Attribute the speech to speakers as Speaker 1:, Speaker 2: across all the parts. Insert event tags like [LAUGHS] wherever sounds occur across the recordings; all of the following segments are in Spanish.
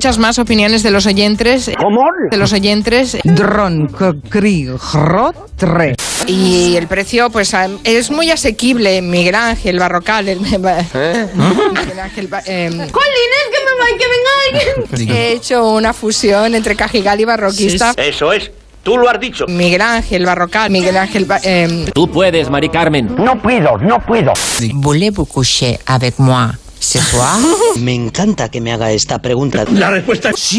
Speaker 1: Muchas más opiniones de los oyentes.
Speaker 2: ¿Cómo?
Speaker 1: De los oyentes.
Speaker 3: Dron, cri, jro, tre.
Speaker 1: Y el precio, pues, a- es muy asequible. Miguel Ángel, Barrocal, el... ¿Eh? Miguel Ángel, Ba- eh, [LAUGHS] he hecho una fusión entre Cajigal y Barroquista.
Speaker 2: Eso es. Tú lo has dicho.
Speaker 1: Miguel Ángel, Barrocal, Miguel Ángel... Ba- eh,
Speaker 4: Tú puedes, Mari Carmen.
Speaker 2: No puedo, no puedo.
Speaker 5: Voulez-vous coucher avec moi ce soir?
Speaker 6: Me encanta que me haga esta pregunta.
Speaker 2: La respuesta es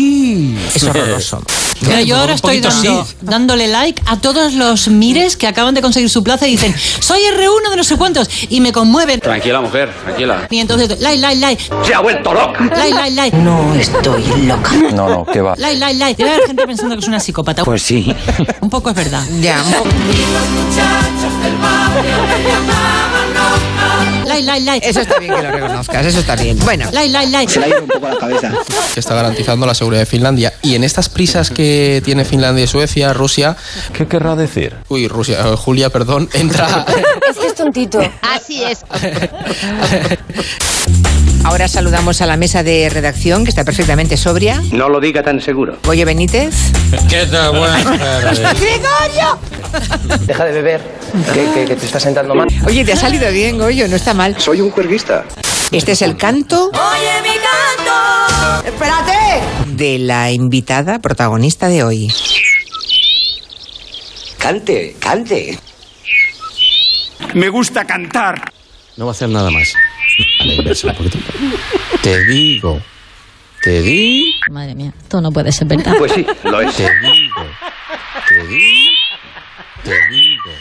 Speaker 5: Es horroroso.
Speaker 7: Pero yo ahora estoy dando, dándole like a todos los mires que acaban de conseguir su plaza y dicen, soy R1 de no sé cuántos, y me conmueven.
Speaker 4: Tranquila, mujer, tranquila.
Speaker 7: Y entonces, like, like, like,
Speaker 2: se ha vuelto loca.
Speaker 7: like, like, like,
Speaker 5: No estoy loca.
Speaker 8: No, no, que va.
Speaker 7: like, like, like. Debe haber gente pensando que es una psicópata.
Speaker 6: Pues sí.
Speaker 7: [LAUGHS] Un poco es verdad.
Speaker 5: Ya, un poco.
Speaker 7: Like, like, like.
Speaker 5: Eso está bien que lo reconozcas, eso está bien. Bueno,
Speaker 7: Like, like, like.
Speaker 9: que está garantizando la seguridad de Finlandia. Y en estas prisas que tiene Finlandia y Suecia, Rusia,
Speaker 8: ¿Qué querrá decir?
Speaker 9: uy, Rusia, eh, Julia, perdón, [LAUGHS] entra.
Speaker 10: Así es.
Speaker 5: ahora saludamos a la mesa de redacción, que está perfectamente sobria.
Speaker 2: No lo diga tan seguro.
Speaker 5: Goyo Benítez.
Speaker 9: ¿Qué [LAUGHS] tal? Buenas tardes.
Speaker 2: Deja de beber, que, que- que te estás sentando mal.
Speaker 5: Oye, te ha salido bien, Goyo, no está mal.
Speaker 2: Soy un juerguista.
Speaker 5: Este es el canto. ¡Oye, mi canto! ¡Espérate! De la invitada protagonista de hoy.
Speaker 6: Cante, cante.
Speaker 2: Me gusta cantar.
Speaker 4: No va a hacer nada más.
Speaker 9: Te digo, te di,
Speaker 10: Madre mía, esto no puede ser verdad.
Speaker 2: Pues sí, lo es.
Speaker 9: te digo, te di, te digo.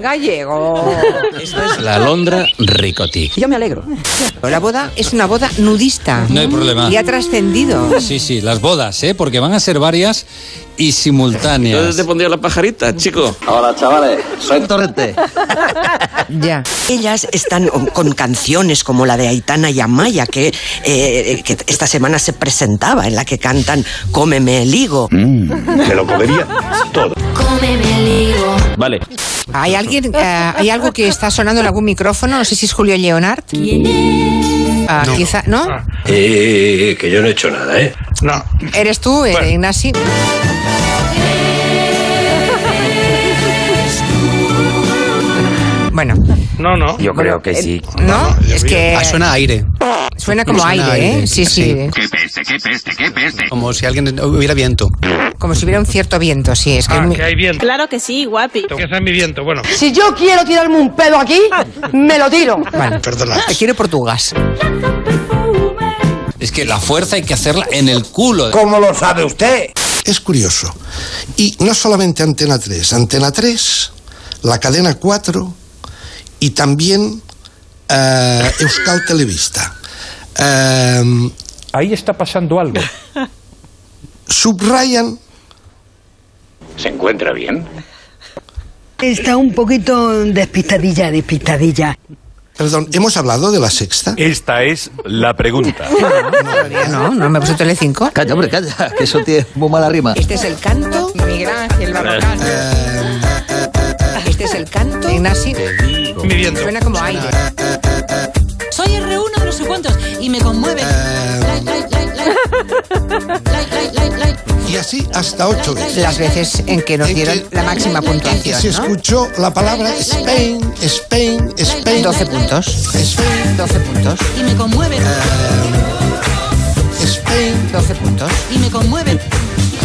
Speaker 5: Gallego.
Speaker 9: Esta es la Londra Ricotí.
Speaker 6: Yo me alegro.
Speaker 5: La boda es una boda nudista.
Speaker 9: No hay problema.
Speaker 5: Y ha trascendido.
Speaker 9: Sí, sí, las bodas, ¿eh? Porque van a ser varias y simultáneas.
Speaker 4: pondría la pajarita, chico?
Speaker 5: Ya.
Speaker 6: Ellas están con canciones como la de Aitana y Amaya, que, eh, que esta semana se presentaba, en la que cantan Cómeme el higo.
Speaker 2: Me lo comería todo.
Speaker 4: Vale.
Speaker 5: ¿Hay alguien, eh, hay algo que está sonando en algún micrófono? No sé si es Julio Leonard. Ah, quizá, ¿no?
Speaker 2: que yo no he hecho nada, ¿eh? No.
Speaker 5: ¿Eres tú, eh, Ignasi? Bueno, eh,
Speaker 2: No, no.
Speaker 8: Yo creo que sí.
Speaker 5: ¿no? Es que
Speaker 9: Ah, suena a aire.
Speaker 5: suena como
Speaker 9: suena
Speaker 5: aire,
Speaker 9: aire,
Speaker 5: ¿eh? Sí, sí.
Speaker 9: Como si alguien hubiera viento.
Speaker 5: Como si hubiera un cierto viento, sí. Es que es muy-
Speaker 2: Ah, hay viento.
Speaker 7: Claro que sí, guapi.
Speaker 2: Que es mi viento, bueno.
Speaker 3: Si yo quiero tirarme un pedo aquí, me lo tiro.
Speaker 5: Vale. Te quiero Portugas.
Speaker 9: Es que la fuerza hay que hacerla en el culo.
Speaker 2: ¿Cómo lo sabe usted?
Speaker 11: Es curioso. Y no solamente Antena 3, Antena 3, la cadena 4 y también eh, Euskal Televista. Eh,
Speaker 8: Ahí está pasando algo.
Speaker 11: [LAUGHS] subrayan
Speaker 2: ¿Se encuentra bien?
Speaker 3: Está un poquito despistadilla, despistadilla.
Speaker 11: Perdón, hemos hablado de la sexta.
Speaker 8: Esta es la pregunta.
Speaker 5: No, no me puse Telecinco.
Speaker 6: Calla, hombre, calla, que eso tiene muy mala rima.
Speaker 5: Este es el canto.
Speaker 1: Miguel Ángel, Barrocal.
Speaker 5: Este es el canto. Ignasi.
Speaker 2: Mi viento.
Speaker 5: Suena como aire.
Speaker 7: Soy R1 de no sé cuántos, y me conmueven. Like, like, like, like. Like, like, like, like.
Speaker 11: Y así hasta ocho veces.
Speaker 5: Las veces en que nos
Speaker 11: En que-
Speaker 5: dieron la máxima
Speaker 11: Y
Speaker 5: puntuación,
Speaker 11: se
Speaker 5: ¿no?
Speaker 11: escuchó la palabra Spain, Spain, Spain.
Speaker 5: 12 puntos.
Speaker 11: Spain,
Speaker 5: 12 puntos.
Speaker 7: Y me conmueven.
Speaker 11: Spain,
Speaker 5: 12 puntos.
Speaker 7: Y me conmueven.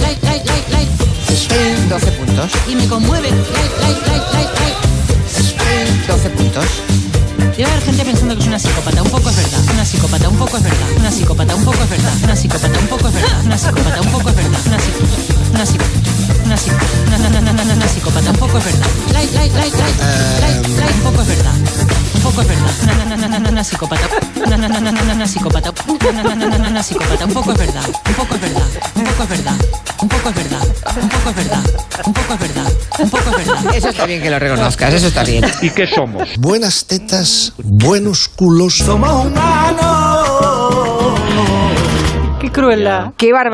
Speaker 7: Like, like, like, like.
Speaker 11: Spain,
Speaker 5: 12 puntos.
Speaker 7: Y me conmueven. Like, like, like, like, like.
Speaker 11: Spain.
Speaker 5: 12 puntos.
Speaker 7: Debe haber gente pensando que es una psicópata, un poco es verdad, una psicópata, un poco es verdad, una psicópata, un poco es verdad, una psicópata, un poco es verdad, una psicópata, un poco es verdad, una psicópata, una psicópata, una psicópata, una, una, una, una, una psicópata, un poco es verdad, like, like, like, like, like, like, un poco es verdad, un poco es verdad, una, una, una, una, una, una psicópata, una, una, una, una, una, una psicópata, una, una, una, una, una, una psicópata, un poco es verdad, un poco es verdad, un poco es verdad, un poco es verdad, un poco es verdad, un poco es verdad, un poco es verdad.
Speaker 5: Eso está bien que lo reconozcas, eso está bien.
Speaker 8: ¿Y qué somos?
Speaker 11: Buenas tetas, buenos culos.
Speaker 3: Qué crueldad.
Speaker 5: Qué barbaridad.